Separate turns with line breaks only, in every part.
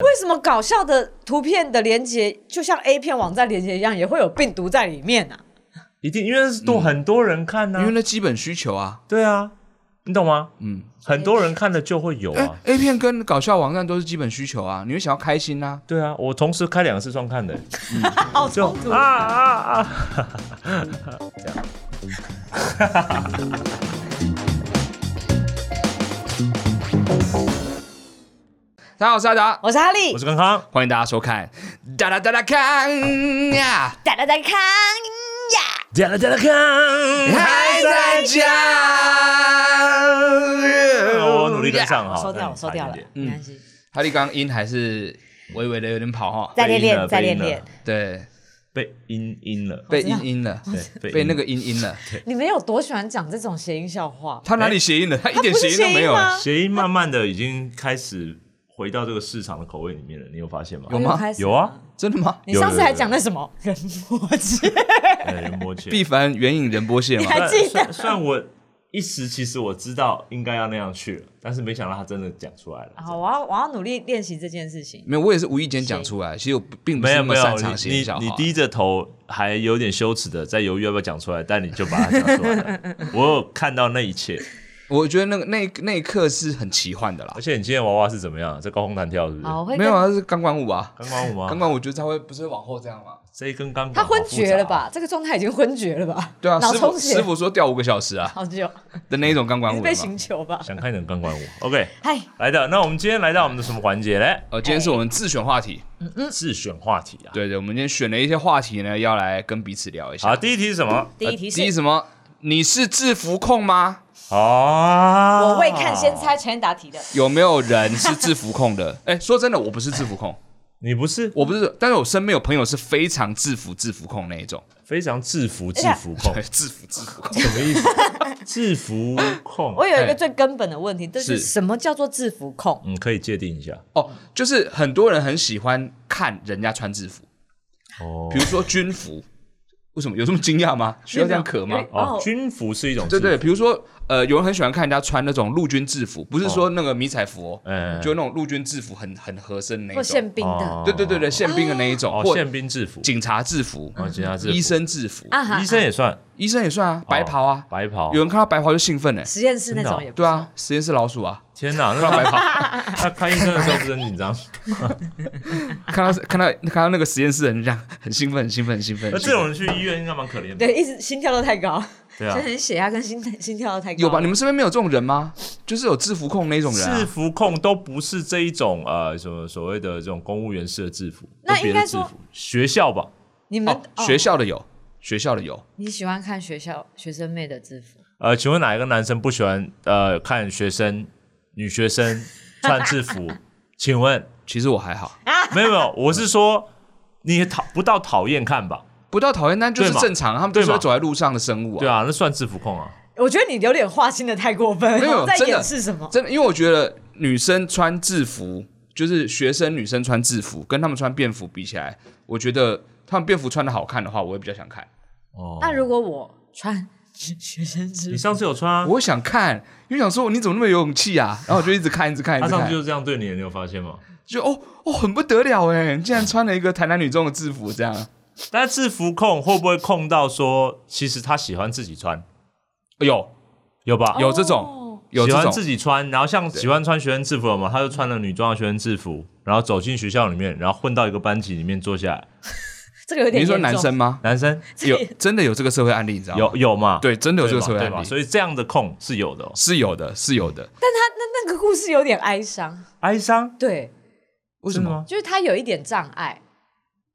为什么搞笑的图片的连接，就像 A 片网站连接一样，也会有病毒在里面啊？
一定因为是多很多人看呢、
嗯因为那基本需求啊，
对啊，你懂吗？
嗯，
很多人看了就会有
哎、
啊，
a 片跟搞笑网站都是基本需求啊，你会想要开心啊，
对啊，我同时开两个视窗看的，
好
就
冲突
啊啊啊！
大家好，我是阿达，
我是哈利
我，是康康，
欢迎大家收看，哒哒哒哒看呀，
哒哒哒康呀，
点了点了看
还在讲，哎
哦我努力跟上
我
哈，
收掉了，收掉了
差一点，
没关系，
哈利刚刚音还是微微的有点跑哈，
再练
被阴
练，
了
再练
被阴了
练。
对，
被阴阴了，
被音音了，
对
被那
阴
个音音了，
你们有多喜欢讲这种谐音笑话？
他哪里谐音了？他一点
不是
谐音都没有啊
谐音吗
谐音慢慢的已经开始回到这个市场的口味里面了，你有发现吗？
有吗
开始
有啊，
真的吗？
你上次还
有有有
讲那什么人魔 界，
哎人摸切
毕凡援引仁波切
你
嘛，
还记得？
虽虽然我一时其实我知道应该要那样去了，但是没想到他真的讲出来了。
好，我要我要努力练习这件事情。
没有，我也是无意间讲出来，其实我并
没
不是
有没
那么
有
擅，长
你
写
你
笑话。
你低着头，还有点羞耻的在犹豫要不要讲出来，但你就把它讲出来 了。我有看到那一切，
我觉得那个那一那一刻是很奇幻的啦
而，且你今天娃娃是怎么样？在高空弹跳是不是？
好，我会
没
跟
有啊，是钢管舞啊，
钢管舞吗？
钢管舞就是它会不是会往后这样吗？
这一根钢管
他昏
好复杂啊哦
厥了？吧？这个状态已经昏厥了吧？
对啊，
脑
师傅
充血
师，傅说吊五个小时啊
好久，
的那一种钢管
你
舞
是
嘛
被。寻求吧？
想看一点钢管舞，OK，
嗨，
来的。那我们今天来到我们的什么环节嘞？
呃，今天是我们自选话题，
嗯
自选话题啊。
对对，我们今天选了一些话题呢，要来跟彼此聊一下。呃
好，第一题是什么？
第一题
第一
是。
什么？你是制服控吗？
啊，
我未看
哦
先。猜前答题的，
有没有人是制服控的？ 哎，说真的，我不是制服控，
你不是
我不是，但是我身边有朋友是非常制服制服控那一种，
非常制服
哎
制服控
对，？制服制服控。
什么意思？制服控
我，有一
哎
个最根本的问题，就是
是
什么叫做制服控？
嗯，可以界定一下
哦，就是很多人很喜欢看人家穿制服，
哦
比如说军服，为什么有这么惊讶吗？需要这样咳吗？
哦
哦，
军服是一种
对
制
对，
服，
比如说呃，有人很喜欢看人家穿那种陆军制服，不是说那个迷彩服、哦，
嗯
就那种陆军制服很很合身的那
或
一种，
宪兵的
哦
对对对对，宪兵的那一种，
哦，
或
宪兵制服，
警察制服、
哦，警察制服，
医生制服，
啊哈，
医生也算哦
医生也算啊，白袍啊，
白袍
有。人看到白袍就兴奋哎、
实验室那
真的
种
哦
也不
对啊，实验室老鼠啊，
天哪，那白袍，他看医生的时候不是很紧 张？啊
看到看到看到那个实验室人这样很兴奋，很兴奋，很兴奋。
那
很兴
这
奋
种人去医院应该蛮可怜的。
对，一直心跳都太高，
对
所
啊
以，很血压跟心心跳都太高。
有吧？你们身边没有这种人吗？就是有制服控那种人、
哦制
啊，
服控都不是这一种呃，什么所谓的这种公务员式的制服，
那
都别
应该
的制
说
服，学校吧，
你们
哦，学，校的有，学校的有，
你喜欢看学校学生妹的制服？
呃，请问哪一个男生不喜欢呃看学生女学生穿 制服？请问
其实我还好，
没有没有，我是说你讨不到讨厌看吧？
不到讨厌，但就是
对嘛
正常，他们就
对
是会
嘛
走在路上的生物啊。
对啊，那算制服控啊。
我觉得你有点划清的太过分，
没有
在
真的
掩饰什么？
真的，因为我觉得女生穿制服，就是学生女生穿制服，跟她们穿便服比起来，我觉得她们便服穿的好看的话，我会比较想看，
哦，
那如果我穿学学生制
你
服，
上次有穿啊？
我会想看，因为想说你怎么那么有勇气啊？然后我就一直看，一直看，一
他
直
啊上
看
次，就是这样对你的，你有发现吗？
就哦哦，很不得了哎，你竟然穿了一个台南女中的制服，这样，
但是制服控会不会控到说，其实他喜欢自己穿，
有
有吧？
有这种
哦，
有
喜
这
欢
种
自。己穿，然后像喜欢穿学生制服了嘛，他就穿了女装的学生制服，然后走进学校里面，然后混到一个班级里面坐下来。
这个有点
你说
严重
男生吗？
男生
这
有
个
真的有这个社会案例，你知道吗？
有有嘛？
对，真的有这
对嘛
个社会
对
案
嘛？
例，
所以这样的控是有的哦。
是有的，是有的。
但他那那个故事有点哀伤，
哀伤？
对，
为什
真的
么？
吗？
就是他有一点障碍，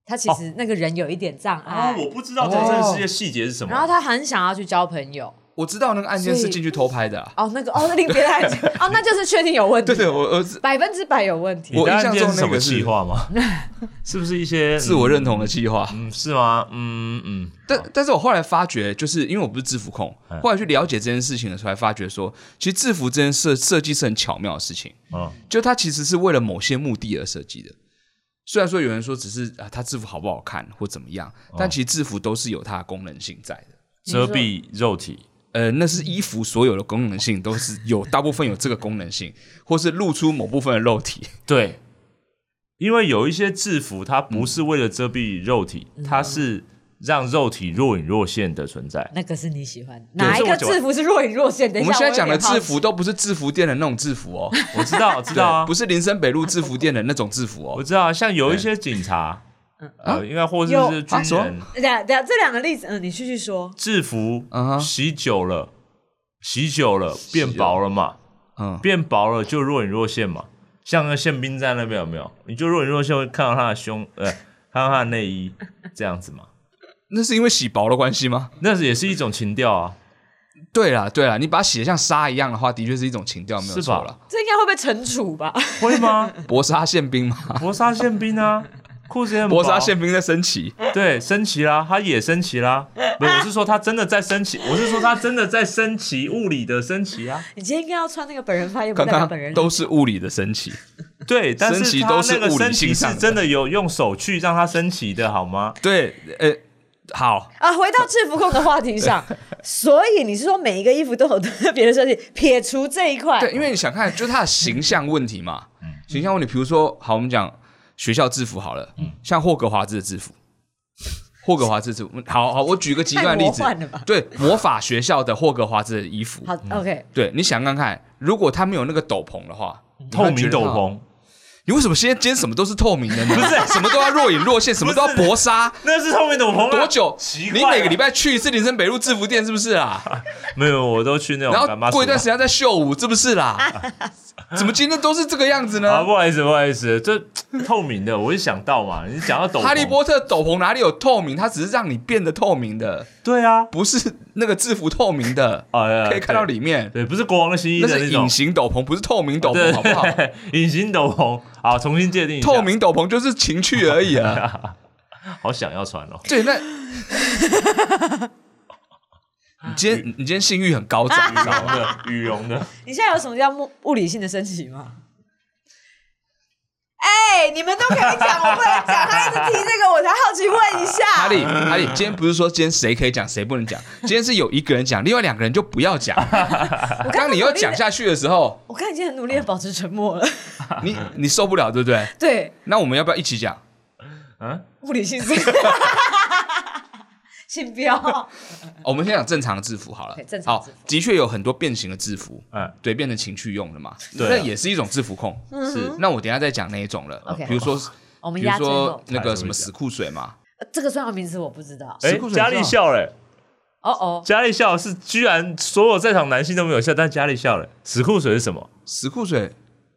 他其
哦
实那个人有一点障碍，
啊，我不知道真正世界细节是什么。
然后他很想要去交朋友。
我知道那个案件是
所以
进去偷拍的啊。
哦，那个哦，那另别的案件 哦，那就是确定有问题，
对对，我儿 子
百分之百有问题
我。
你的
印
案
象
件
中
是
那
什么
个是
计划吗？ 是不是一 些
自我认同的计划。
嗯？嗯，是吗？嗯嗯，
但但是我后来发觉，就是因为我不是制服控，后来去了解这件事情的时候，才发觉说，其实制服这件设设计是很巧妙的事情，
嗯，
就它其实是为了某些目的而设计的。虽然说有人说只是啊，它制服好不好看或怎么样，但其实制服都是有它的功能性在的。
遮蔽肉体。
呃，那是衣服所有的功能性都是有，大部分有这个功能性，或是露出某部分的肉体。
对，因为有一些制服它不是为了遮蔽肉体，它是让肉体若隐若现的存在。
那个是你喜欢哪一
是
个
我喜欢
制服是若隐若现？等
我
一
们
下，
现在讲的
有点好
制
奇
服都不是制服店的那种制服哦，
我知道，我知道啊，
不是林森北路制服店的那种制服
我
哦。
知道啊，像有一些警察，呃，应该或者
有
是
啊什
军
么
人，
等一下等一下这两个例子，嗯，你继续说。
制服
嗯哼
洗久了，洗久了变薄了嘛，
嗯，
变薄了就若隐若现嘛。像个宪兵在那边有没有？你就若隐若现会看到他的 胸，呃，看到他的内衣这样子嘛。
那是因为洗薄的关系吗？
那也是一种情调啊，
对啦，对啦，你把它洗得像沙一样的话，的确是一种情调，没有
是
错
吧
啦。
这应该会被惩处吧？
会 吗？
薄纱宪兵嘛，
搏杀宪兵啊，裤子也很薄
薄纱宪兵在 升旗，
对升旗啦，他也升旗啦。不是，我是说他真的在升旗，我是说他真的在升旗，物理的升旗啊。
你今天应该要穿那个本人发言，不
刚
代表
刚
本人。
都是物理的升旗。
对，但
升旗
是他
都是
那个
物理
升旗
性上
是
的
真的有用手去让他升旗的好吗？
对，呃，好，
啊，回到制服控的话题 上，所以你是说每一个衣服都有特别的设计，撇除这一块，
对，因为你想看，就是它的形象问题 嘛，
嗯
形象问题，比如说，好，我们讲学校制服好了，
嗯
像霍格华兹的制服，霍格华兹制服，好好，我举个极端的例子
太魔幻了吧，
对，魔法学校的霍格华兹的衣服，
好，OK，
对，你想看看，如果他没有那个斗篷的话，
透明斗
你会觉得，
篷，
你为什么现在今天什么都是透明的 呢？
不是
什么都要若隐若现，什么都要薄 纱。
那是透明斗篷啊
多久
奇？怪
你
啊
每个礼拜去一次林森北路制服店是不是啊？
没有，我都去那种
然
干妈
后过一段时
间。
间再秀舞是不 是啦？怎么今天都是这个样子
啊，
呢？
不好意思，不好意思，这透明的，我就想到嘛，你讲到斗篷，
哈利波特斗篷哪里有透明？它只是让你变得透明的，
对啊，
不是那个制服透明的，
啊对
可以看到里面。
对，不是国王的新衣
那
的
是
种
隐，形斗篷，不是透明斗
对
篷，好不好？
对 隐形斗篷，好，重新界定一下，
透，明斗篷就是情趣而已啊。
好想要穿哦。
对， 那你今天你今天性欲很 高涨，你知道吗？
的 羽绒的，
你现在有什么叫物物理性的升级吗？哎、你们都可以讲，我不能讲。他一直提这个，我才好奇问一下。
哈利，哈利，今天不是说今天谁可以讲，谁不能讲，今天是有一个人讲，另外两个人就不 要讲。
我刚
当
刚
你
努
要
力地
讲，下去的时候，
我看你今天很努力的保持沉默了。
你你受不了，对不对？
对，
那我们要不要一起讲？
嗯，
物理性 升，性标，
哦我们先讲正常的制服好了
对正。常
好
制服，
的确有很多变形的制服，
嗯，
对，变成情趣用的嘛，
对啊
那也是一种制服控。
是
那我等一下再讲那一种了
嗯 OK
比如说，
我们
比
压
如
最
说
后。
那个什
还是会讲
么死裤水嘛，
呃这个专有名词我不知道。
哎
石窟，水
佳丽笑嘞，
哦哦，
佳丽笑是居然所有在场男性都没有笑，但佳丽笑嘞。死裤水是什么？
死裤水，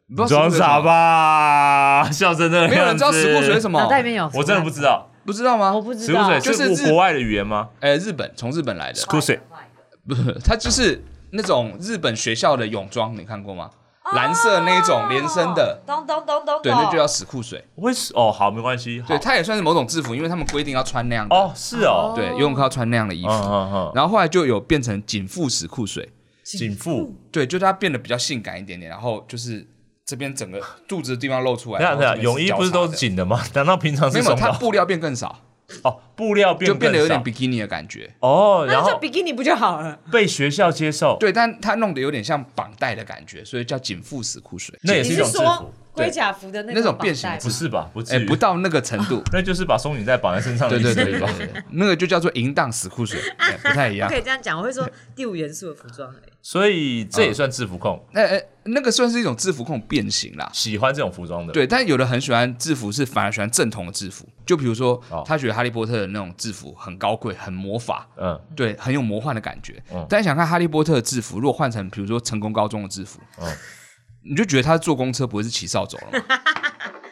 你不知道
装
死裤水是什
傻
么？
吧，笑成那个样子
没有人知道死裤水是什么
脑，袋里面有。啊
我真的不知，道，
不知道吗？
我不知
死裤
道。
水
就是
是
日
国国外的语言吗？
哎，日本从日本来的
死，裤水，
不是，它就是那种日本学校的泳装，你看过吗？
哦
蓝色那种连身的，
哦，咚咚咚咚咚。
对，那就叫死裤水。
为什哦好没关系，好
对，它也算是某种制服，因为他们规定要穿那样的，
哦是哦，
对，游泳课要穿那样的衣
嗯
服。
嗯嗯，
然后后来就有变成紧腹死裤水，
紧腹，
对，就它变得比较性感一点点，然后就是这边整个肚子的地方露出来。
等一下等
然后
一
这
下，泳衣
边
不是都是
交叉的？
紧的吗？ 难道平常
没
是
有，
松
它
的？
布料变更少，
哦，布料
就
变
变得有点
更少
bikini 的感觉。
哦，然
那啊就
后
比基尼不就好了？
被学校接受，
对，但它弄得有点像绑带的感觉，所以叫紧腹死裤水。
那也
你
是一
是
种制
说
服，
龟甲服的那
那种
绑
变形
带
的
不是吧？不
哎
至，于，
不到那个程 度。
那就是把松紧带绑在身上的
对
意思
对
吧？
对对对，对那个就叫做淫荡死裤水，哎不太一
不
样
可。以这样讲，我会说第五元素的服装、欸。
所以这也算制服控，
那哎，那个算是一种制服控变形啦。
喜欢这种服装的。，
对，但有的很喜欢制服，是反而喜欢正统的制服。就比如说
哦，
他觉得哈利波特的那种制服很高贵、很魔法，
嗯，
对，很有魔幻的感觉。
嗯
但想看哈利波特的制服，如果换成比如说成功高中的制服，
嗯
你就觉得他是坐公车，不会是骑扫帚了 吗？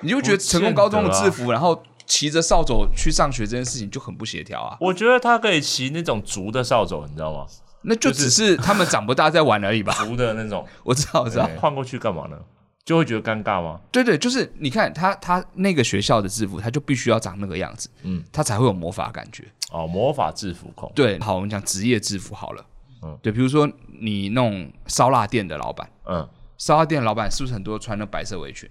你就觉得成功高中的制服，
啊
然后骑着扫帚去上学这件事情就很不协调啊。
我觉得它可以骑那种竹的扫帚，你知道吗？
那就只是他们长不大在玩而已 吧。
竹的那种，哎
我知道，我知道。
换过去干嘛呢？就会觉得尴尬吗？
对对，就是你看他他那个学校的制服，他就必须要长那个样子，嗯
嗯，
他才会有魔法感觉。
哦，魔法制服控，
对，好，我们讲职业制服好了。
嗯
对，比如说你那种烧腊店的老板，
嗯，
烧腊店的老板是不是很多穿那白色围裙？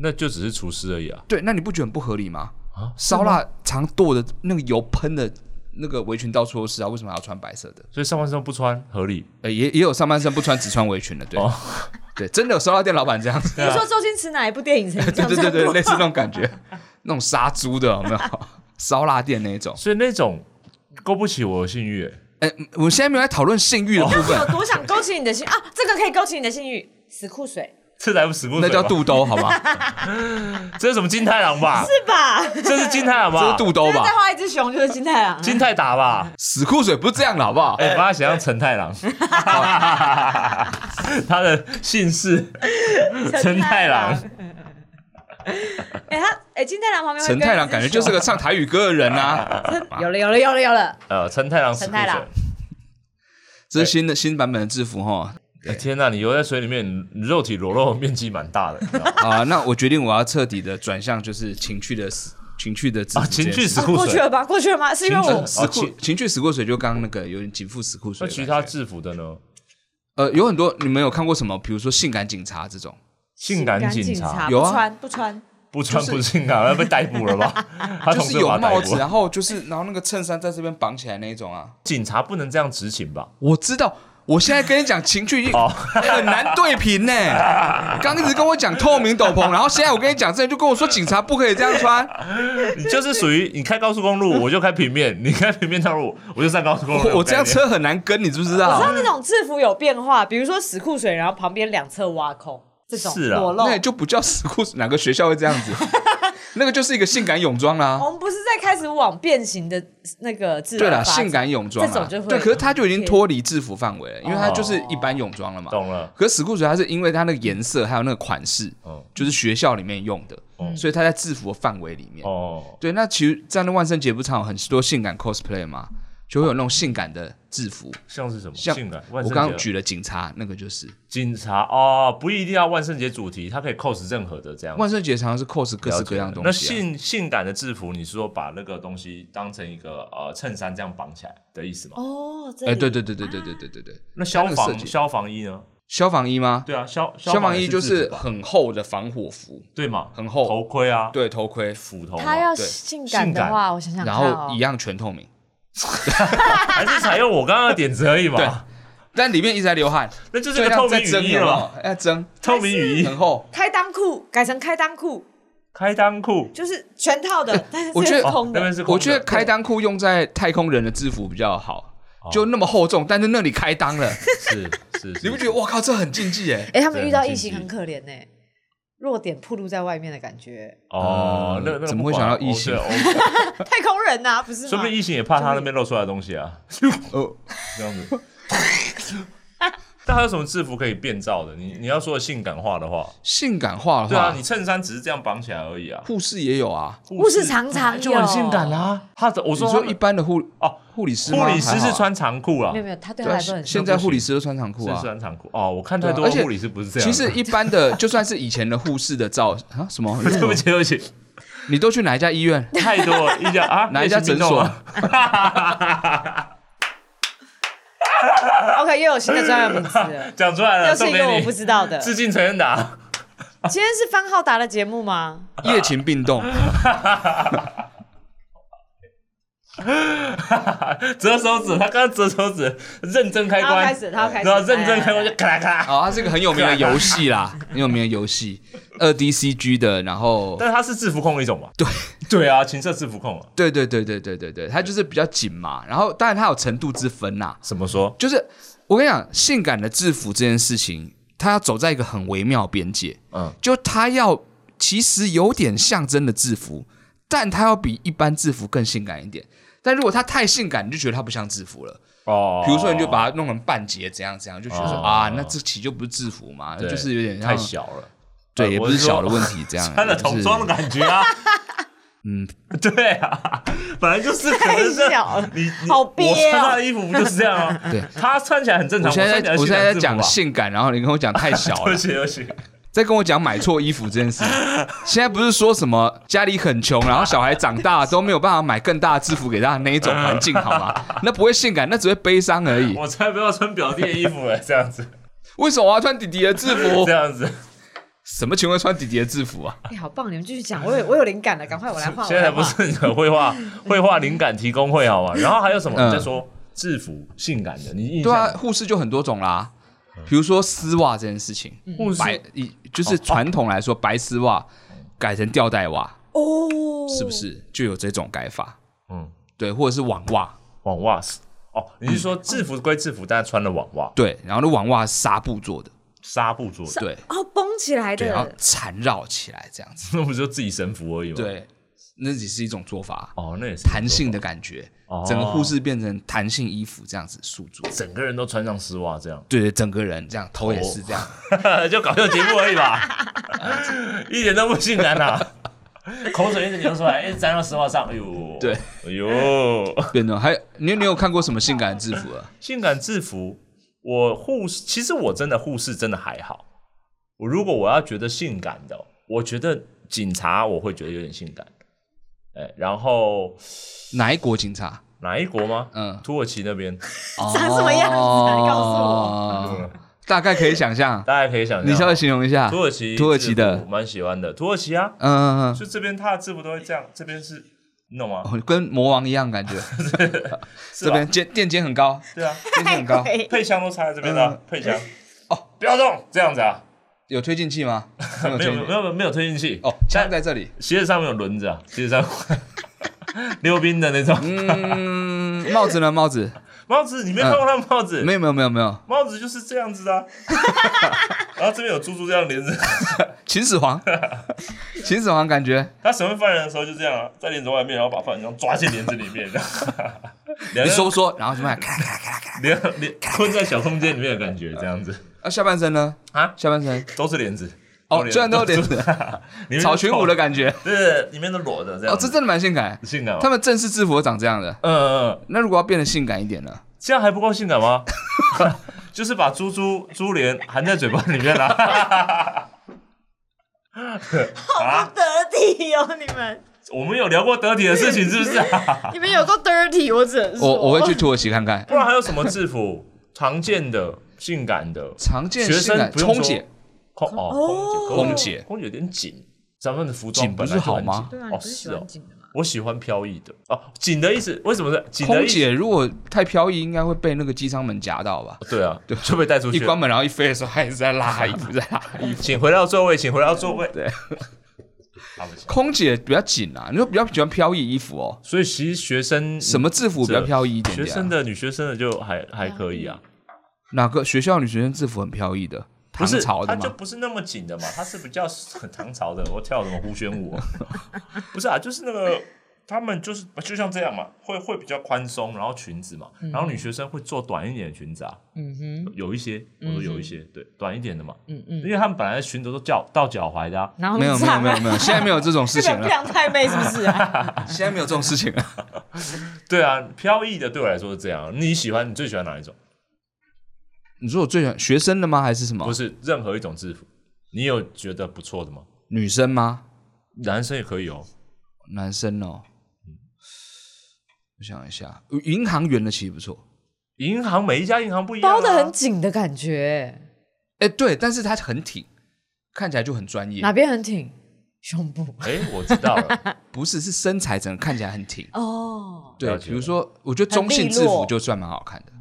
那就只是厨师而已啊。
对，那你不觉得很不合理吗？
啊，
烧腊常剁的那个油喷的那个围裙到处都是啊，为什么还要穿白色的？
所以上半身不穿合理。
呃，也也有上半身不穿只穿围裙的，对、
哦
对，真的有收到店老板 这样子，
你说周星驰哪一部电影曾经这
啊对
样
对对对，
过
类似那种感觉， 那种杀猪的有没有？ 烧腊店那一种。
所以那种勾不起我的性欲，欸
哎、我们现在没有来讨论性欲的部分，
哦
有多想勾起你的心啊？这个可以勾起你的性欲，死裤水
这才不死过
那
水吧
叫肚兜，好吧？
这是什么金太郎吧？
是吧？
这是金太郎
这
吧
是？肚兜吧
再？画一只熊就是金太郎，啊
金太打吧？
死裤水不是这样的，好不好？
哎、把他想象成太 郎，他的姓氏陈太郎。
哎，他哎金太郎旁边会
陈太郎感觉就是
跟
个唱台语歌的人 啊，
一只熊有了有了有了有了，
呃，陈太郎死
陈
裤
太
水
郎。
这是新的新版本的制服哈。
哎天呐，你游在水里面，你肉体裸露的面积蛮大的你知道吗
啊，那我决定我要彻底的转向，就是情趣的死情趣的制服
啊！情趣死
哦
裤
过去
水，
了吧？过去了吗？是因为我
停止
死
哦
裤
情
情趣死裤水，就刚刚那个有点紧缚死裤水
那
的
其
感觉。
他制服的呢？
呃，有很多你们有看过什么？比如说性感警察这种，
性感
警
警察
有啊
不穿不穿，
不穿不性感，要被逮捕 了吧？他
就
同
是
事
有
把他
帽
逮
子，啊
捕。
然后就是然后那个衬衫在这边绑起来那一种啊。
警察不能这样执勤吧？
我知道，我现在跟你讲情趣已经
哦
很难对平呢。刚一直跟我讲透明斗篷，然后现在我跟你讲，这人就跟我说警察不可以这样 穿。
你就是属于你开高速公路，我就开平面； 你开平面道路，我就上高速公路。
我我这
概念
辆车很难跟，你知不知
我知道
道？
那种制服有变化，比如说死裤水，然后旁边两侧挖空这种
是啊
裸露。
那也就不叫死裤，哪个学校会这样 子？那个就是一个性感泳装啦、
我们不是在开始往变形的那个制服
对
了，
啦，性感泳装、啊，
这种就会
对，可是它就已哦经脱离制服范围了，因为它就是一般泳装了嘛。
懂了。
可是死裤水它是因为它那个颜色还有那个款式，
嗯
就是学校里面用的，所以它在制服的范围里面。
哦，
对，那其实这样的万圣节不常有很多性感 cosplay 嘛，就会有那种性感的制服，
像是什么
像
哦性感？万
我
圣节
刚刚举了警察那个就是
警察哦，不一定要万圣节主题，它可以 cos 任何的这样。
万圣节常常是 cos 各式各样的
那
东西、啊。
性性感的制服，你是说把那个东西当成一个呃衬衫这样绑起来的意思吗？
哦，这
哎，
里
对对对对对对对对对，
那消
它那个设
防
计
消防衣呢？
消防衣吗？
对啊，消
消防
也
衣就
制
是
服吧
很厚的防火服，
对嘛，
很厚
头盔啊，，
对，头盔，
斧头嘛，啊
他要
对
性感的
哦性
话，我想想看
然
哦，
后一样全透明，
还是采用我刚刚的点子而已
对
嘛。
但里面一直在流汗，
那就是
就
个透明
像在蒸
雨衣
有没
了，
有？要蒸，
透明雨衣
很，厚。
开裆裤改成开裆裤，
开裆裤，
就是全套的，但是
我觉得
是空
哦那边
的。
是空的
我觉得开裆裤用在太空人的制服比较好，
哦
就那么厚重，但是那里开 裆了，
是是，是
你不觉得？我靠，这很禁忌哎？
哎，他们
对
遇到
很
疫
禁
情
忌
很可怜呢，弱点暴露在外面的感觉。
哦
嗯，
那那个
怎么会
不管
想到异性
哦对 哦
太空人呐，不是
说
吗
不？定异性也怕他那边露出来的东西啊，
哦，
这样 子。那还有什么制服可以变造的？你你要说的性感化的话，
性感化的
对啊，
话
你，衬衫只是这样绑起来而已啊。
护士也有啊。
护士常常
就很
有
性感啊。他的我
你
说
说
他
一
们
般的护
哦，
护理师吗，
护理师
还好
是
啊
穿长裤啊
没有，没有，他对
对
他
啊，
来说
现
很重
现在护理师都穿长裤
是
啊。
穿长裤哦。我看太多
对啊而且
护理师不是这样
其
的。
实一般的，就算是以前的护士的造啊什么，
对不起，对不起，
你都去哪一家 医院？
太多了一家啊，
哪一家诊所
夜行运动啊？
OK，又有新的专有名词
，
了
讲出来了，
又是一个
送给你
我不知道 的。
致敬陈恩达。
今天是番号达的节目吗？
夜勤病动，
折手指，他刚刚折手指，认真开
他
关，
啊要开始他要开始哎
然后认真开关就
来来来
咔啦咔啦。
哦，它是一个很有名的游 戏啦，很有名的游戏，二 D C G 的，然后
但是他是制服控的一种吧？
对
对啊，情色制服控啊。
对对对对对对对，它就是比较紧嘛，然后当然它有程度之分啦，
怎么说？
就是我跟你讲，性感的制服这件事情，它要走在一个很微妙的边界，
嗯，
就它要其实有点象征的制服，但它要比一般制服更性感一点。但如果它太性感，你就觉得它不像制服了。
哦
比如说，你就把它弄成半截，怎样怎样，就觉得说、
哦
啊，那这其实就不是制服嘛，
对
就是有点像
太，小了，
对，
呃
也不
我
是
是说
小的问题，这样
穿了
就是
童装的感觉啊。
嗯，
对啊，本来就是可能是
太小了
你你
好憋哦
我穿他的衣服不就是这样吗？
对
他穿起来很正常。
我现在
穿起来性感制
在我现在在
服啊
讲
吧
性感，然后你跟我讲太小
对
了
不，起对不起，
在跟我讲买错衣服这件事。现在不是说什么家里很穷，然后小孩长大都没有办法买更大的制服给他的那一种环境，好吗？那不会性感，那只会悲伤而已。
我才不要穿表弟的衣服哎，这样子，
为什么我要穿弟弟的制服
这？样子，
什么情况穿弟弟的制服啊？
哎、好棒！你们继续讲，我有我有灵感了，赶快我来画。
现在
我
不
来画
是很绘画绘画灵感提供会好 吗？然后还有什么？
嗯
你再说制服性感的，你印
对啊
象，
护士就很多种啦，比如说丝袜这件事情，
护士
白一就是传统来说，白丝袜改成吊带袜，
哦，
是不？是就有这种改法？
嗯，
对，或者是网袜，
网袜是哦，
嗯
你是说制服归制服，但是穿了网袜，
对，然后那网袜是纱布做的，
纱布做的，
对
哦，绷起来
对，然后
的，
缠绕起来这样子，
那不就自己神服而已吗？，
对，那只是一种做法，
哦，那也是
弹性的感觉
哦，
整个护士变成弹性衣服这样子束住，，
整个人都穿上丝袜这样
对对，整个人这样，头也是这样，
就搞笑节目而已 吧，一点都不性感呐、口水一直流出来，一直沾到丝袜上，哎呦，
对，
哎呦，
变成还有你你有看过什么性感的制服 啊？
性感制服，我护士其实我真的护士真的还好，我如果我要觉得性感的，我觉得警察我会觉得有点性感，哎，然后
哪一国警察？
哪一国吗？
嗯
土耳其那 边，
长什么样子啊你告诉我
哦大概可以想象，
大家可以想象，啊
你稍微形容一下
土。耳其
土耳其的
制服蛮喜欢的，土耳其啊，
嗯，嗯嗯
就这边他的制服都会这样，这边是，你懂吗？
哦跟魔王一样感觉，
是啊
这
吧
边肩垫肩很高，
对啊，
垫肩很高。
对
配枪都插在这边的啊配枪。
嗯哦，
不要动，这样子啊，
有推进器 吗？
没有
推
没
进
有
器
没有没有推进器
哦，
但
枪在这里。
鞋子上面有轮子啊，鞋子上 溜冰的那种
嗯，帽子呢？帽子
帽子，你没看过他的帽子？
嗯没有没有没有没有，
帽子就是这样子的啊， 然后这边有猪猪这样连着，
秦始 皇，秦始皇感觉
他审问犯人的时候就这样啊，在帘子外面，然后把犯人这样抓进帘子里面，
你
你
说不说？然后什么？咔咔咔咔。
连连困在小空间里面的感觉，这样子
啊，下半身呢？
啊，
下半身
都是帘子
哦，虽 然都有点
子 里面
草裙舞的
感
感觉，
对，里面都裸的这样
哦，
子，
这真的蛮性感。
性感吗？
他们正式制服都长这样的，
嗯嗯嗯，
那如果要变得性感一点呢？
这样还不够性感吗？ 就是把猪猪猪脸含在嘴巴里面啦。
好不得体哦，你们，
我们有聊过得体的事情是不是啊？
你们有够 dirty，我只能说，
我我会去土耳其看 看。
不然还有什么制服常见的性感的
常见
学
性
生
感
不用
空
说
姐，
空哦空姐
空姐
空姐有点紧，咱们的服装
紧不
本来
是
就
好
很
吗
紧
对啊，你
哦
不是喜
是哦
欢，紧的吗？
我喜欢飘逸的哦，紧的意思为什么是紧的
空
意思？
姐如果太飘逸，应该会被那个机舱门夹到吧？
对啊，就被带出
一
去了。
关门然后一飞的时候，还是在拉衣服，在拉衣服。
请回到座位，请回到座位。
对，
啊不行。
空姐比较紧啊，你说比较喜欢飘逸衣服哦？
所以其实学生
什么制服比较飘逸一点
学
点啊？
生的女学生的就还还可以啊，
哪个学校女学生制服很飘逸的？
不
唐
是
朝的
她就
吗？
不是那么紧的嘛，她是比较很唐朝的，我跳什么胡旋舞 啊，不是啊，就是那个他们就是就像这样嘛，会会比较宽松，然后裙子嘛，然后女学生会做短一点的裙子啊，
嗯哼，
有一些我说有一些对短一点的嘛，
嗯嗯，
因为他们本来裙子都脚到脚踝的啊，
然 后
没有没有没
这
有
样啊
没有，现在没有这种事
这
情啊
个不
了，
良太妹是不 是啊？
现在没有这种事情了。
对啊，飘逸的对我来说是这样，啊你喜欢你最喜欢哪一种？
你说我最喜欢学生的吗？还是什么
不？是任何一种制服，你有觉得不错的吗？
女生吗？
男生也可以哦，
男生哦，我想一下，银行员的其实不错。
银行每一家银行不一样、啊，
包的很紧的感觉，
哎，对，但是他很挺，看起来就很专业
哪。边很挺？胸部
哎，我知道了，
不是，是身材整个看起来很挺。
哦，
对，
了解哦
比如说，我觉得中性制
很利
服
落
就算蛮好看的，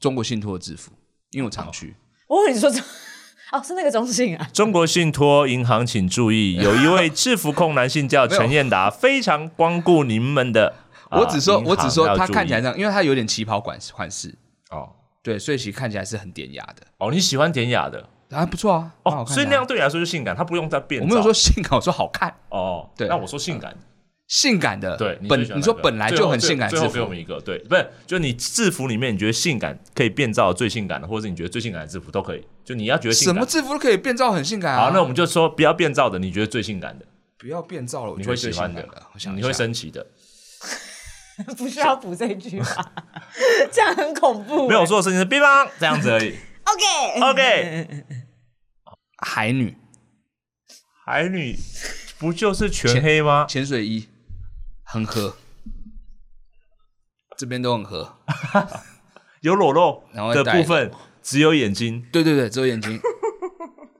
中国信托的制服，因为我常去。
我跟你说这， 哦，是那个中性啊，
中国信托银行请注 意，有一位制服控男性叫陈彦达，非常光顾您们的。啊
我只说，
银行
我只说
要
他
注意
看起来这样，因为他有点旗袍款款式，
哦
对，所以其实看起来是很典雅的，
哦，你喜欢典雅的
还不错啊，蛮好
哦，
看的啊
所以那样对你来说就性感，他不用再变造。
我没有说性感，我说好看，
哦，
对
那我说性感，
性感的，
对，你
本
最喜欢
你说
哪个
本来就很性感的
最
制
后最后最后给我
服，
们一个，对，不是，就你制服里面你觉得性感可以变造的最性感的，或者你觉得最性感的制服都可以，就你要觉得性
什
感。
么制服都可以变造很性感啊。
好，那我们就说不要变造的，你觉得最性感的，
不要变造了，我
你
觉
会
得
喜
最
欢
性
的
感的，我，想一
你
下
会升旗的。
不需要补这一句吧？ 这样很恐怖欸、欸
没有我做的事情是乒乓这样子而 已。
哎
OK
OK
海女
海女不就是全黑吗？
潜水衣很合，这边都很合。
有裸露
然后
的
戴
部分，只有眼睛。
对对对，只有眼睛，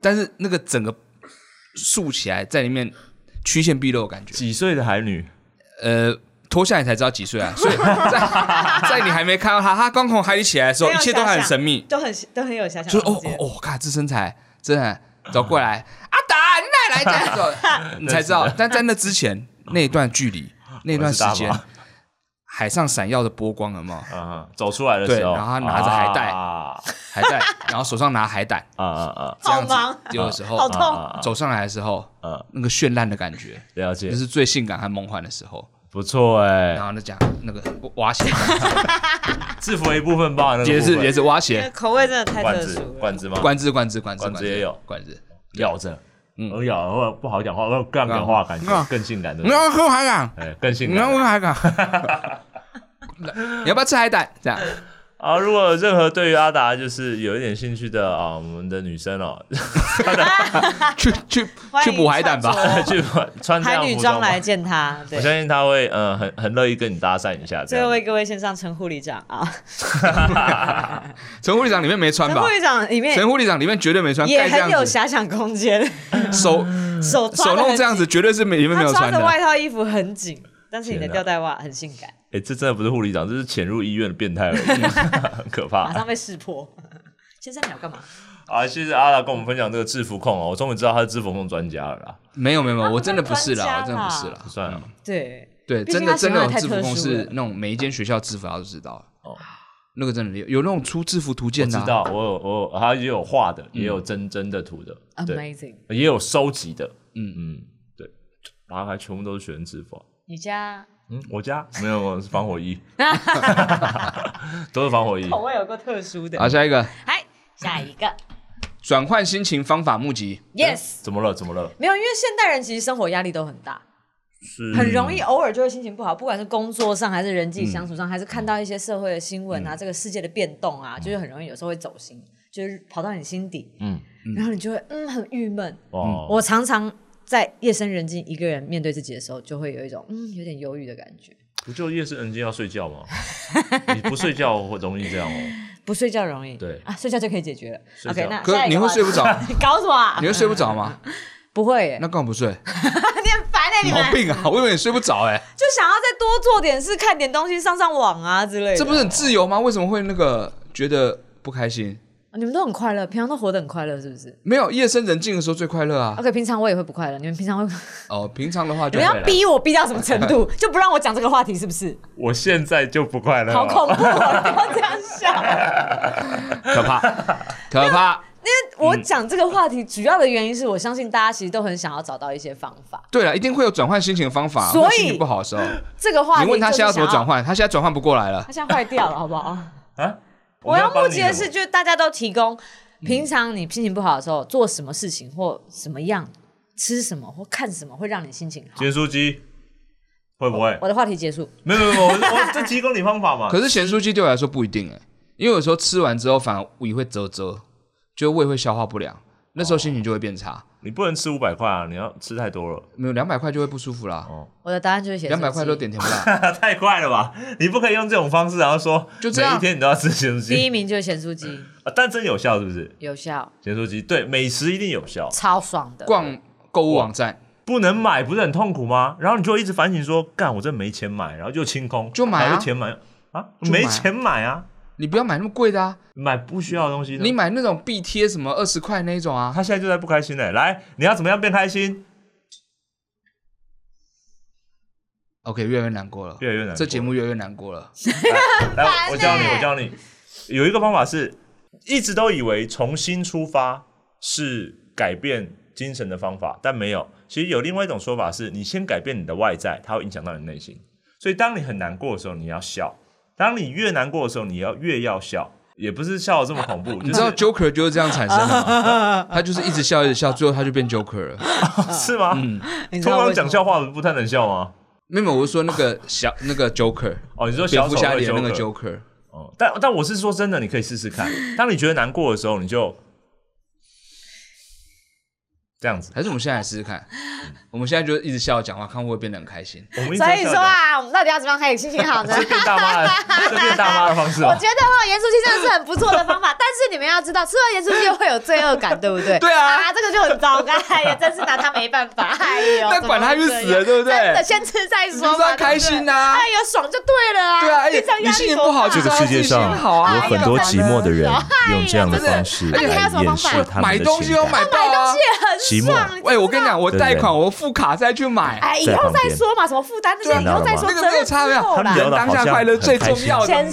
但是那个整个竖起来，在里面曲线毕露的感觉。
几岁的海女？
呃，脱下来才知道几岁啊，所 以在在你还没看到他，他刚从海里起来的时候，一切都还很神秘，
都很都很有遐想
就是哦
空间。
哦哦，看这身材，真的走 过来，阿达，你哪里来这样走？你才知道，但在那之前那一段 距离，那段时间
我是大，
海上闪耀的波光，有没有？
嗯，走出来的时候，
对然后她拿着海带
啊
海 带，然后手上拿海胆，
啊啊
这样子
好忙
丢的时候
好，
啊
痛
啊！
走上来的时候，
嗯
那个绚烂的感觉，
了解
那，是最性感和梦幻的时候。
不错哎
然。后那讲那个蛙鞋，
制服的一部分吧， 那个
也
部
是
分
也是
因
蛙
为
鞋，
口味真的太
罐
特
子
殊了。
罐子吗？
管制管制管制
管子也有
管制。
咬着，我咬我不好讲话，我更讲话感觉
嗯
更性感的
你，要喝海港，
哎，更性
你要喝
感。
海 港，你要不要吃海胆？这样
啊，如果有任何对于阿达就是有一点兴趣的啊，我们的女生哦，
去去
欢
去
迎
捕海胆吧。
穿着
去穿这
海
样
女
服
装
装吧
来见他，
我
对。
相信他会呃很很乐意跟你搭讪一下
这
这样
位。 各位线上陈护理长啊，
哎
陈护理长里面没穿
陈
吧
护？理长里面
陈护理长里面绝对没穿，
也
盖这
很有
样子，
遐想空间，
手
手抓
手
得
弄
很
这样子，
紧，
绝对是没里面没
他
有
抓
穿
着外
的。啊
套衣服很紧，但是你的
天哪
吊带袜很性感，
哎，这真的不是护理长，这是潜入医院的变态而已， 很可怕
马。 上被识破。先生你要干嘛？
啊，谢谢阿达跟我们分享这个制服控哦，我终于知道他是制服控专家了啦。
没有没有没有，我真的不是
他
啦，
们
我真
在
的
专
不
家
是
啦
啦。
算
嗯
了，
对，
对，
毕竟
真的
他喜欢
真的有
太
制
特
服公
殊
司
了
那种每一间学校制服他都知道。
哦，
那个真的有有那种出制服图
我
鉴
知
的啊，
道，我有我有，他也有画的，也有真真的图的，
嗯
对，
，amazing。
也有收集的，嗯嗯，对，然后还全部都是学生制服啊、
你家
嗯，我家没有，我是防 火衣， 都是防火衣。
口哦味有个特殊的
好，，下一个
嗨，下一个
转换心情方法募集，
，yes。
怎么了？怎么了？
没有，因为现代人其实生活压力都很大，
是
很容
嗯
易偶尔就会心情不好，不管是工作上还是人际相处上，还是看到一些社会的新闻
嗯
啊，这个世界的变动啊，就是很容易有时候会走心，就是跑到你心底，
嗯
然后你就会嗯很郁闷。
哦，
嗯我常常在夜深人静一个人面对自己的时候，就会有一种嗯有点忧郁的感觉。
不就夜深人静要睡觉吗？ 你不睡觉会容易这样哦。
不睡觉容易，
对
啊，睡觉就可以解决了。
睡觉
OK，那
可
下一个
你会
话题
睡不着，
你搞什么啊
你？会睡不着吗？
不会耶，
那干嘛不睡？
你很烦 哎，你们
毛病啊！我以为你睡不着哎，
就想要再多做点事，看点东西，上上网啊之类的。
这不是很自由吗？为什么会那个觉得不开心？
哦你们都很快乐，平常都活得很快乐，是不是
没有夜深人静的时候最快乐啊！
？OK，平常我也会不快乐，你们平常会，
哦，平常的话
你
就
们
会
要
了。
逼我逼到什么程度， 就不让我讲这个话题，是不是？
我现在就不快乐
啊
好恐怖、哦，不要这样笑。
可怕，可怕。
我讲这个话题主要的原因是我相信大家其实都很想要找到一些方法。
对了，一定会有转换心情的方法。
所以
会心情不好的时候，
这个话题
你问他
就是
现在要怎么转
想要，
换，他现在转换不过来了
他。现在坏掉了，好 不好？
啊！
我要募
帮你
集的
什
是，
么
就是大家都提供
嗯
平常你心情不好的时候做什么事情或什么样。吃什么或看什么会让你心情好？
咸酥鸡，会不会？
我的话题结束。
没有没有，没有我我这提供你方法嘛。
可是咸酥鸡对我来说不一定哎，因为有时候吃完之后反而胃会啧啧，就胃会消化不良，那时候心情就会变差。
你不能吃五百块啊，你要吃太多了。
没有两百块就会不舒服啦，
我的答案就是写
两百块都
点。
点甜不辣。
太快了吧！你不可以用这种方式，然后说
就这样
每一天你都要吃咸酥
第
鸡
一，名就是咸酥鸡，
啊但真有效是不是？
有效，
咸酥鸡对美食一定有效，
超爽的。
逛购物网站
不能买不是很痛苦吗？然后你就一直反省说，干我真没钱买，然后就清空，
就买啊
然后就钱买啊，
就买啊
没钱买啊，
你不要买那么贵的啊，
买不需要的东西。
你买那种必贴什么二十块那一种啊，
他现在就在不开心嘞、来，你要怎么样变开心？
OK，越来越难过了，
越来越难过
这节目越来越难过了。
来，
烦
我我教你，
欸
我教你，有一个方法是，一直都以为重新出发是改变精神的方法，但没有。其实有另外一种说法是，你先改变你的外在，它会影响到你内心。所以当你很难过的时候，你要笑；当你越难过的时候，你要越要笑。也不是笑的这么恐怖，
你
就
知 道
是
Joker 就是这样产生 的吗？他就是一直笑，一直笑，最后他就变 Joker 了。
是吗？
你知
通
道
常
为什么
讲笑话不太能笑吗？
没有，我是说那 个小那个 Joker，
哦，你说
蝙
小
蝠
丑
侠里
会
的那个
Joker
Joker，
哦，但但我是说真的，你 可以试试看。当你觉得难过的时候，你就这样子。
还是我们现在来试试看？我们现在就一直笑着讲话，看会不会变得很开心？
我们一直
所
在
以
笑
说啊，我们到底要怎么样可以心情好呢？
讲，这变大妈的， 这变大妈的方式
我
啊
觉。得哈，盐酥鸡真的是很不错的方法，但是你们要知道，吃了盐酥鸡会有罪恶感，对不对？
对啊
这个就很糟糕，哎呀，真是拿他没办法，哎 呦，
但管他去死了，对不
怎么会这样真的
对？
先吃再
你
说
就
嘛，
是要
对不对
开心啊呐
哎呦，爽就对了啊，
对啊，而且
平常压
你
力
心情
多
不好，
大啊
就
这
是
个世界上有很多寂寞的人用这样的方式
哎呀
来掩饰他
买
们的
东西
情
要
感
买。到啊！
也很爽
寂，
喂，我跟你讲，我
对
贷
对
款，我付卡再去买，
哎，以后再说嘛，什么负担这些以
对啊
后再说，
那个没有差别
责任之
啊
后
他们
啦
聊的好像很开心，
先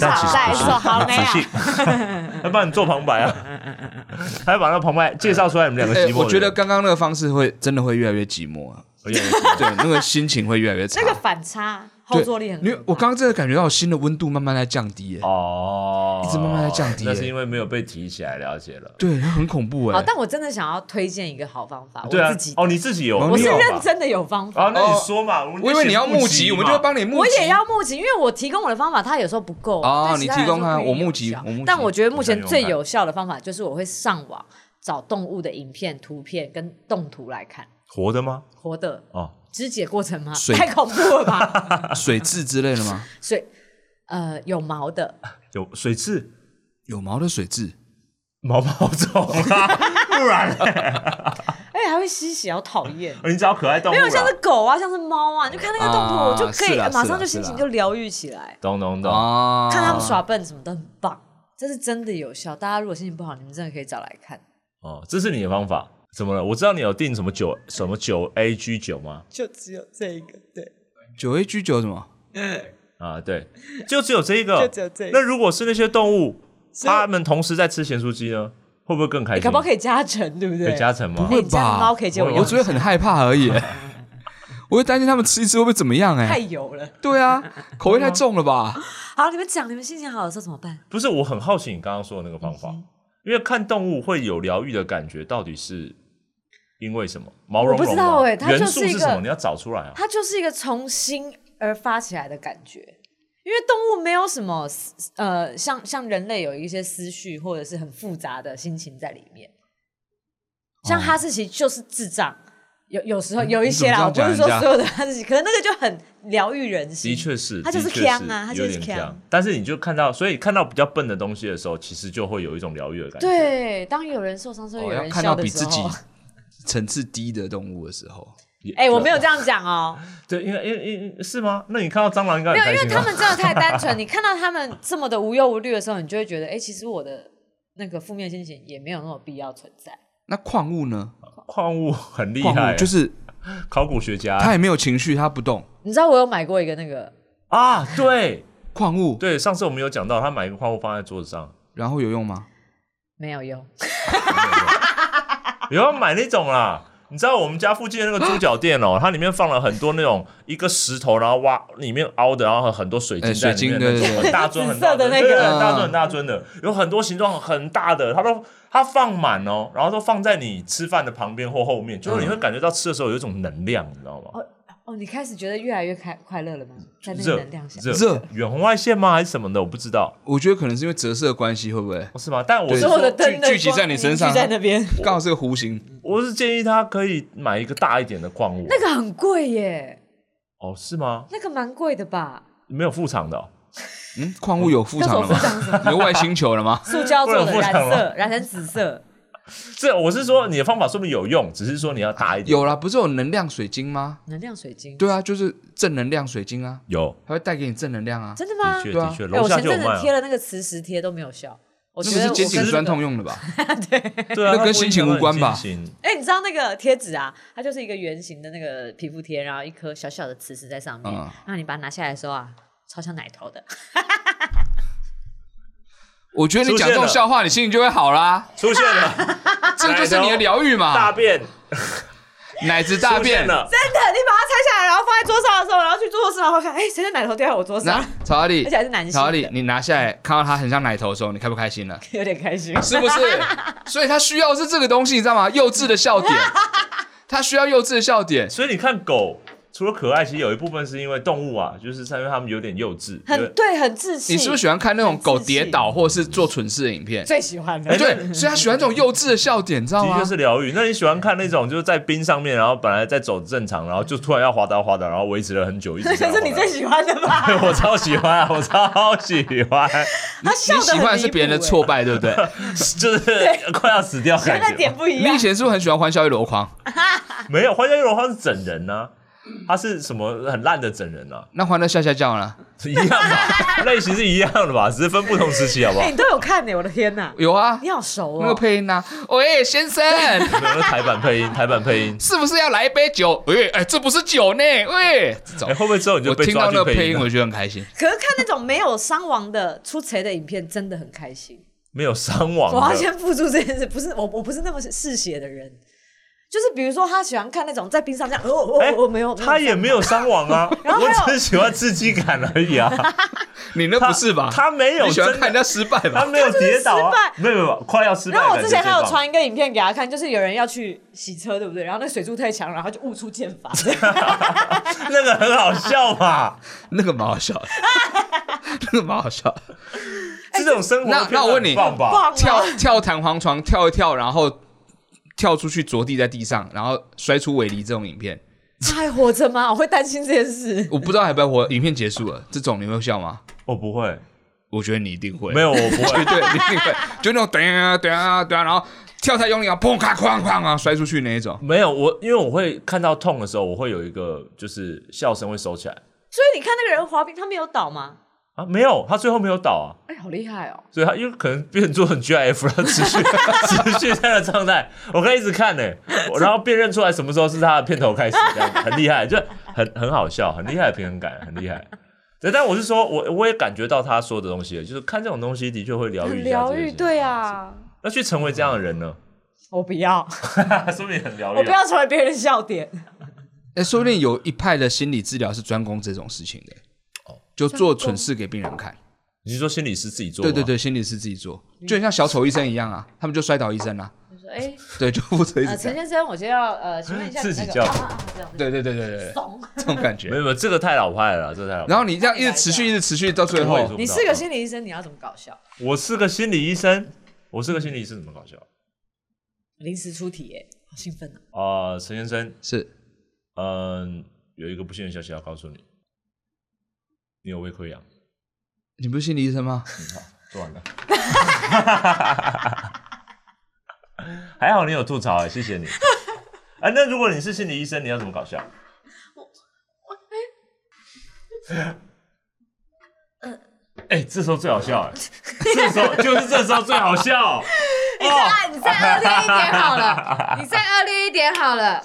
但
少
其实
再
不是
说，好啊没有
仔？细， 还帮你做旁白 啊，还把那旁白介绍出来你们两个
哎
寂寞的人。
我觉得刚刚那个方式会真的会越来越寂寞啊，
有点寂寞
对，那个心情会越来越差
那。个反差后
对，
坐力很可
因
怕，
为我刚刚真的感觉到心的温度慢慢在降低耶。
哦，
一直慢慢在降低
那
耶
是因为没有被提起来，了解了。
对，很恐怖
好，
哎。
但我真的想要推荐一个好方法，
对
我
啊
自己，
哦，你自己有，
我
我
你
是
有吧哦
认真的有方法
啊，。那你说嘛，我
我以为你要募集，我们就会
帮。
帮你募集。
我也要募集，因为我提供我的方法，他有时候不够
哦
但其他
你提供
人说
啊
不一定
我募集
有效
我募集
但我觉得目前
我想用
最
看
有效的方法就是我会上网找动物的影片、图片跟动图来看，
活的吗？
活的
哦，
肢解过程吗？
水
太恐怖了 吧！
水蛭之类的吗？
所以呃，有毛的，
有水蛭、
有毛的水蛭，
毛毛虫啊啦，不然嘞
而哎且还会吸血，好讨 厌。
你只要可爱动物
没有像是
啦。
狗啊，像是猫啊，你就看那个动图，
啊
我就可以
是啦
马
是
上
啦
就心
是
情
啦
就疗愈起来。
懂懂懂，
啊
看他们耍笨什么都很棒，这是真的有效。大家如果心情不好，你们真的可以找来看。
哦，这是你的方法。怎么了？我知道你有订什么酒，什么酒 A G 酒吗？
就只有这一个，对，
九 A 居酒什么？
啊，对，就只有这一个，
就只有这一个
那如果是那些动物，它们同时在吃咸酥鸡呢，会不会更开
你
心？
可不可以加成，对不对？
哎可以加成吗
哎，？你家的猫可以借我
我
用
只，会很害 怕而已。我会担心他们吃一吃会不会怎么样？
太
哎，
油了。
对啊，口味太重了吧？
好，你们讲，你们心情好的时候怎么办？
不是，我很好奇你刚刚说的那个方法，
嗯
因为看动物会有疗愈的感觉，到底是因为什么？毛茸茸吗
我不知道欸它就
元
是
素
一
是
个
什么？你要找出来啊！
它就是一个从心而发起来的感觉。因为动物没有什么思呃，像像人类有一些思绪或者是很复杂的心情在里面。像哈士奇就是智障，有有时候有一些啦，我
哎你
不
怎么
是
这
说
样讲人家
所有的哈士奇，可能那个就很疗愈人心。
的确是，
它就是
的确
呛啊它
有
就是
点
呛
呛但是你就看到，所以看到比较笨的东西的时候，其实就会有一种疗愈的感觉。，
对，当有人受伤，所以有
哦，要
人
看到
笑的
比
时
自
候，
己层次低的动物的时候，
哎、我没有这样讲哦，
对，因为因为因为是吗？那你看到蟑螂应该
没有，
很开
因为
心啊吧
他们真的太单 纯。你看到他们这么的无忧无虑的时候，你就会觉得，哎、其实我的那个负面心情也没有那么必要存在。
那矿物呢？
矿物很厉
矿
害，
物就是
考古学家
它也没有情绪，它不动。
你知道我有买过一个那个，
啊。对
矿物
对，上次我们有讲到，他买一个矿物放在桌子上，
然后有用吗？
没有用，
有要买那种啦。你知道我们家附近的那个猪脚店 哦，它里面放了很多那种一个石头，然后挖里面凹的，然后很多水晶
哎
在里面的那
水晶对对
种，
对
很大尊
紫
很大
色的
尊
那
对对
个
很大尊
嗯
很大尊的，有很多形状很大的，它都它放满哦，然后都放在你吃饭的旁边或后面，
嗯
就是你会感觉到吃的时候有一种能量，你知道吗？
哦，你开始觉得越来越开快乐了吗？在那个
热
能量下，
热
热
远红外线吗？还是什么的？我不知道，
我觉得可能是因为折射的关系，会不会？
不是吗？但我是
所有的
说，
灯的
聚聚集
光
在你身上啊
凝聚在那边，
刚好是个弧形，
我是建议他可以买一个大一点的矿物。
那个很贵耶，
哦，是吗？
那个蛮贵的吧？
没有副厂的哦，
嗯，矿物有副
那
厂
种
啊
了
副厂
吗
是什？
有外星球了吗？
塑胶做的
不然我
染
不想
色，染成紫色。
这我是说你的方法说不定有用，只是说你要大一点。
有啦，不是有能量水晶吗？
能量水晶，
对啊，就是正能量水晶啊，
有，
它会带给你正能量啊。
真的
的
吗？
确
对啊
的确，
哎
楼
我
下
前
就有
阵
卖
子
啊。
贴了那个磁石贴都没有效，我
那
觉
不
得
是
我
肩颈
跟
酸痛用的吧？
对啊，
那跟心情无关吧
心情
哎、你知道那个贴纸啊，它就是一个圆形的那个皮肤贴，然后一颗小小的磁石在上面，
嗯
然后你把它拿下来的时候啊，超像奶头的。
我觉得你讲这种笑话，你心情就会好啦。
出现了
啊这就是你的疗愈
大
嘛，
便，
奶子啊大
出
便
现，了，
真的，你把它拆下来，然后放在桌上的时候，然后去桌子上，然后看，哎、谁的奶头掉在我桌
拿
上，
曹阿丽
而且，还是男性
曹阿
的，
丽，你拿下来看到它很像奶头的时候，你开不开心了？
有点开心。
是不 是？所以他需要是这个东西，你知道吗？幼稚的笑点，他需要幼稚的笑点。
所以你看狗除了可爱，其实有一部分是因为动物啊，就是因为他们有点幼稚，因为
很对，很自信。
你是不是喜欢看那种狗跌倒或是做蠢事的影片？
最喜欢的
哎，？对，所以他喜欢这种幼稚的笑点，你
哦
知道
的
吗
确？是疗愈。那你喜欢看那种就是在冰上面，然后本来在走正常，然后就突然要滑倒滑倒，然后维持了很久，一直
这
这
才
样
是你最喜欢的吧？
滑倒 我超喜欢啊，我超喜欢，
他
你
笑的
喜欢的是别人的
欸
挫，败，对不对？
就是快要死掉的
跟那
感觉
点。不一
你
样
以。前是不是很喜欢欢笑一箩筐？
没有，欢笑一箩筐是整人呢、他是什么很烂的整人啊，
那欢乐下下降了？
一样吧，类型是一样的吧，只是分不同时期好不好
哎，？ 你都有看呢，我的天哪！
有啊，
你好熟
那个
哦，
配音呐，喂，先生，
没有那台版配音，台版配音，
是不是要来一杯酒？喂，哎，这不是酒呢，喂，这
哎、
种。
会不会之后 你就
我
被
听
抓
到
去
那个配
配
音，
音
我
了？
觉得很开心。
可是看那种没有伤亡的出贼的影片，真的很开心。
没有伤亡啊
我要
的，
先付出这件事，不是我，我不是那么嗜血的人。就是比如说，他喜欢看那种在冰上这样，哦哦
哎
哦，没有，
他也没有伤亡啊，
然后还有
我只是喜欢刺激感而已啊，
你那
他
不是吧？
他没有
你喜欢
真
看人
的，
家失败
他
吧？
没有跌倒啊
他，
没有没有没有，快要失败
然
的
后
感
我之
觉最
前
棒。
还有传一个影片给他看，就是有人要去洗车，对不对？然后那水柱太强，然后他就悟出剑 法，
那个很好笑嘛，
那个蛮好 笑的，那个蛮好笑的。
这种生活
那
片
那我问你
很棒吧，
棒
跳
啊！
跳弹簧床，跳一跳，然后跳出去着地在地上，然后摔出尾离这种影片，
他还活着吗？我会担心这件事。
我不知道还不要活。影片结束了，这种你会笑吗？
我不会，
我觉得你一定会，
没有我不
绝
会，
对你一定会，就那种等啊等啊等啊，然后跳太用力啊，砰咔哐哐啊摔出去那一种。
没有我，因为我会看到痛的时候，我会有一个就是笑声会收起来
所以你看那个人滑冰，他没有倒吗？
啊，没有，他最后没有倒啊，
哎，好厉害哦！
所以他因为可能变成做成 GIF 了，持续 持续这样的状态，我可以一直看呢、我然后辨认出来什么时候是他的片头开始，这样子很厉害，就很很好笑，很厉害的平衡感，很厉害。对，但我是说，我我也感觉到他说的东西了，就是看这种东西的确会疗愈
很
一下
疗
自己的
愈，
心
对。啊。
那去成为这样的人呢？
我不要，
说明很疗
我
愈
不
啊。
要成为别人的笑点。
哎，说不定有一派的心理治疗是专攻这种事情的，
哦
就做蠢事给病人看。
你是说心理师自己做？
对对，对，心理师自己做，就很像小丑医生一样啊，他们就摔倒医生啊，
就说哎，
对，就负责一直
呃，
这
陈
样。
先生，我先要呃，请问一下你
自己
那
叫
个，啊啊啊这样子
对对对 对对，对
怂。
这种感觉
没。有没有，这个太老派了啦，这个太老派
然
了。
后你这样一直持续，一直持续到最
我也
后
做，不到
你是个心理医生，你要怎么搞笑？
我是个心理医生，我是个心理医生，怎么搞笑？
临时出题耶，好兴奋啊！
啊、陈先生，
是
嗯，有一个不幸的消息要告诉你，你有胃溃疡。
你不是心理医生吗？
做完了， 还好你有吐槽哎、谢谢你。 啊，那如果你是心理医生，你要怎么搞笑？ 哎、这时候最好笑哎、这时候就是这时候最好笑。
你再你再恶劣一点好了，你再恶劣一点好了。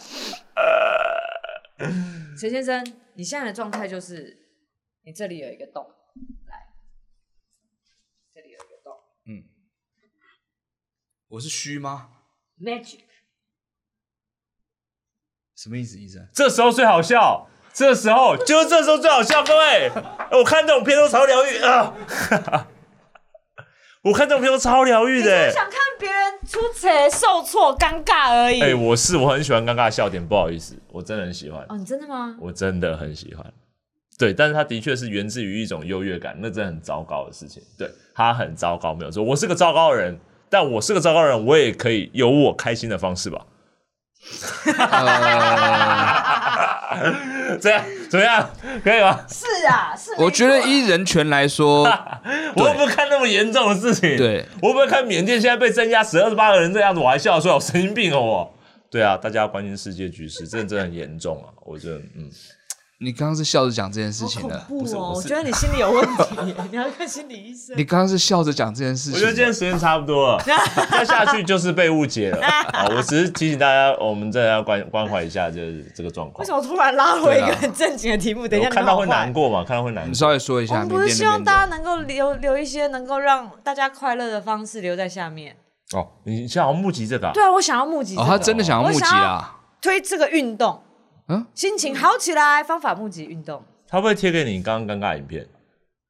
陈先生，你现在的状态就是，你这里有一个洞，来，这里有一个洞
我是虚吗？
，magic，
什么意思，医生？
这时候最好笑，这时候就是这时候最好笑，各 位，哎我看这种片都超疗愈啊， 我看这种片都超疗愈
你
的、
是
欸。
想看别人出错、受挫、尴尬而已。
哎、我是我很喜欢尴尬的笑点，不好意思，我真的很喜欢，
哦，你真的吗？
我真的很喜欢。对，但是它的确是源自于一种优越感，那真的很糟糕的事情。对，他很糟糕，没有错。我是个糟糕的人，但我是个糟糕的人，我也可以有我开心的方式 吧？呃怎样？怎么样？可以吗？
是啊，是。
我觉得依人权 来说，
我会不会看那么严重的事情？
对，
我会不会看缅甸现在被增加十二十八个人这样子，我还笑得出来我神经病哦我？对啊，大家要关心世界局势，真的真的很严重啊！我觉得，嗯，
你刚刚是笑着讲这件事情
恐
的，
怖哦！
不
我
是
觉得你心里有问 题，你要看心理医生。
你刚刚是笑着讲这件事
我觉得
情
今天
的。
时间差不多 了，再下去就是被误解了啊！我只是提醒大家，我们真的要关关怀一下这这个状
为
况
什。么突然拉回一
对
个
啊
很正经的题目？等一
我
下，
看到会难。过嘛？看到会难
你
过。
稍微说一
我
下，
们
缅
不是
甸
希
那
望
边
大
的
家能够留留一些能够让大家快乐的方式留在下面。
哦，你现在好像募集这个、啊
对，啊，我想要募集、这
哦，
个
他真的想要募集
我想要
啦。
推这个运动，
嗯
心情好起来，方法募集运动。
他会不会贴给你刚刚尴尬的影片？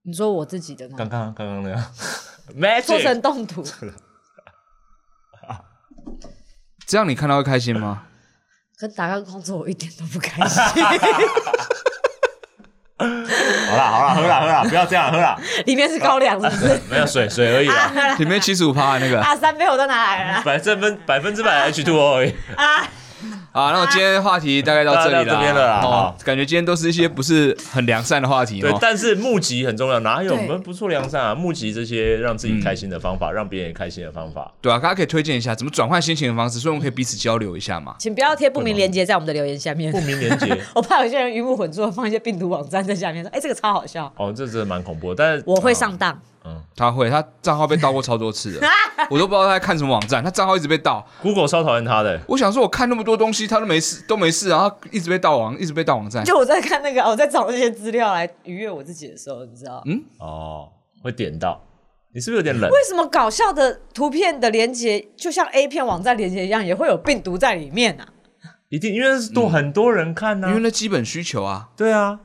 你说我自己的吗
刚？刚刚刚那样
做
，magic
成动 图，
这样你看到会开心吗？
可打开工作我一点都不开 心，
好啦好啦，喝啦喝啦，不要这样喝啦，
里面是高
啊
粱是不是？
没有水水而已啦，
里面七十五 趴那个
啊，三杯我都拿来 了啦，
百分分百分之百 H two 而已。
啊，那我今天的话题大概到这里
大概到这边了啦
哦
好，
感觉今天都是一些不是很良善的话题
对
哦，。
但是募集很重要，哪有我
对
们不做良善啊？募集这些让自己开心的方法，让别人也开心的方法。
对啊，大家可以推荐一下怎么转换心情的方式，所以我们可以彼此交流一下嘛。
请不要贴不明连接在我们的留言下面
不。明 连结，
我怕有些人鱼目混珠，放一些病毒网站在下面说：“哎、这个超好笑，
哦，这真的蛮恐怖的。但啊是
我会上当。
哦他会，他账号被盗过超多次 的，我都不知道他在看什么网站，他账号一直被盗。
Google 超讨厌他的，
我想说，我看那么多东西，他都没事，都没事，然后他一直被盗网，一直被盗网站。
就我在看那个，我在找那些资料来愉悦我自己的时候，你知道，
哦，会点到。你是不是有点冷？
为什么搞笑的图片的连接，就像 A 片网站连接一样，也会有病毒在里面啊？
一定，因为是多很多人看呐、
因为那基本需求啊，
对啊，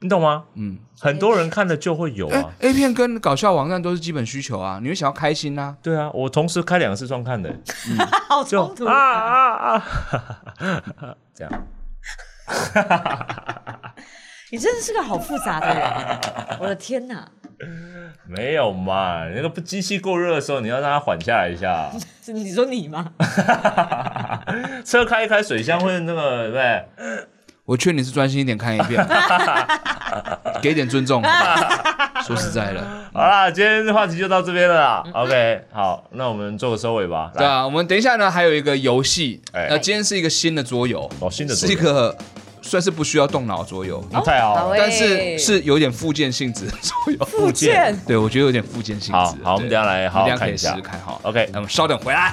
你懂吗？
嗯，
很多人看了就会有
哎、
啊。
a 片跟搞笑网站都是基本需求啊，你会想要开心啊，
对啊，我同时开两个视窗看的，
好
就
冲突
啊啊啊， 这样。
你真的是个好复杂的人，我的天哪！
没有嘛，那个不机器过热的时候，你要让它缓下来啊一下。
是你说你吗？
车开一开，水箱会那个对不对？
我劝你是专心一点看一 遍，给一点尊重。好吧说实在的，
好啦，今天的话题就到这边了啦。OK，好，那我们做个收尾吧。
嗯对
来，
啊，我们等一下呢还有一个游戏，
哎
呃，今天是一个新的桌游，
哦，新的
是
主
一
题，
个算是不需要动脑的桌游，
那太好了。
喂
哦但是是有点附件性质的桌游。
附件，
对，我觉得有点附件性质。
好好我们
对
等一下来好好
我们
看
等一下可以
一
试
下
试看哈。
OK
那我们稍等回来。